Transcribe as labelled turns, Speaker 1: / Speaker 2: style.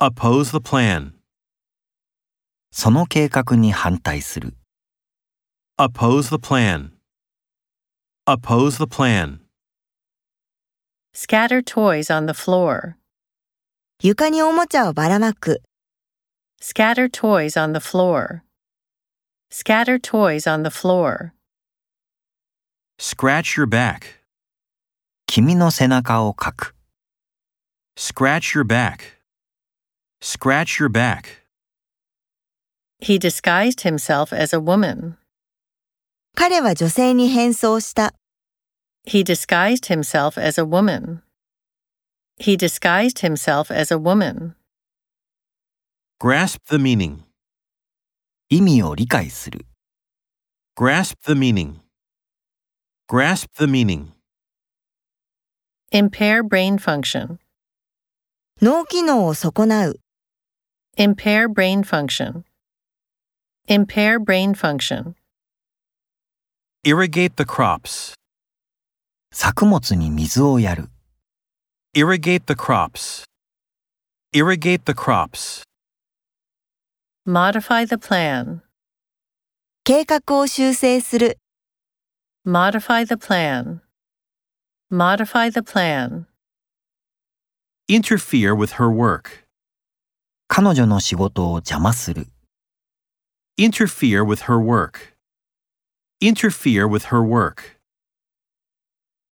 Speaker 1: Oppose the plan.
Speaker 2: その計画に反対する。
Speaker 1: Oppose the plan. Oppose the plan.
Speaker 3: Scatter toys on the floor.
Speaker 4: 床におもちゃをばらまく。
Speaker 3: Scatter toys on the floor. Scatter toys on the floor.
Speaker 1: Scratch your back.
Speaker 2: 君の背中を描く。
Speaker 1: Scratch your back. Scratch your back.
Speaker 3: He disguised himself as a woman.
Speaker 4: 彼は女性に変装した。
Speaker 3: He disguised himself as a woman. He disguised himself as a woman.
Speaker 1: Grasp the meaning.
Speaker 2: 意味を理解する。
Speaker 1: Grasp the meaning. Grasp the meaning.
Speaker 3: Impair brain function.
Speaker 4: 脳機能を損なう。
Speaker 3: Impair brain function. Impair brain function.
Speaker 1: Irrigate the crops.
Speaker 2: 作物に水をやる。
Speaker 1: Irrigate the crops. Irrigate the crops.
Speaker 3: Modify the plan.
Speaker 4: 計画を修正する。
Speaker 3: Modify the plan. Modify the plan.
Speaker 1: Interfere with her work.
Speaker 2: 彼女の仕事を邪魔する。
Speaker 1: Interfere with her work. Interfere with her work.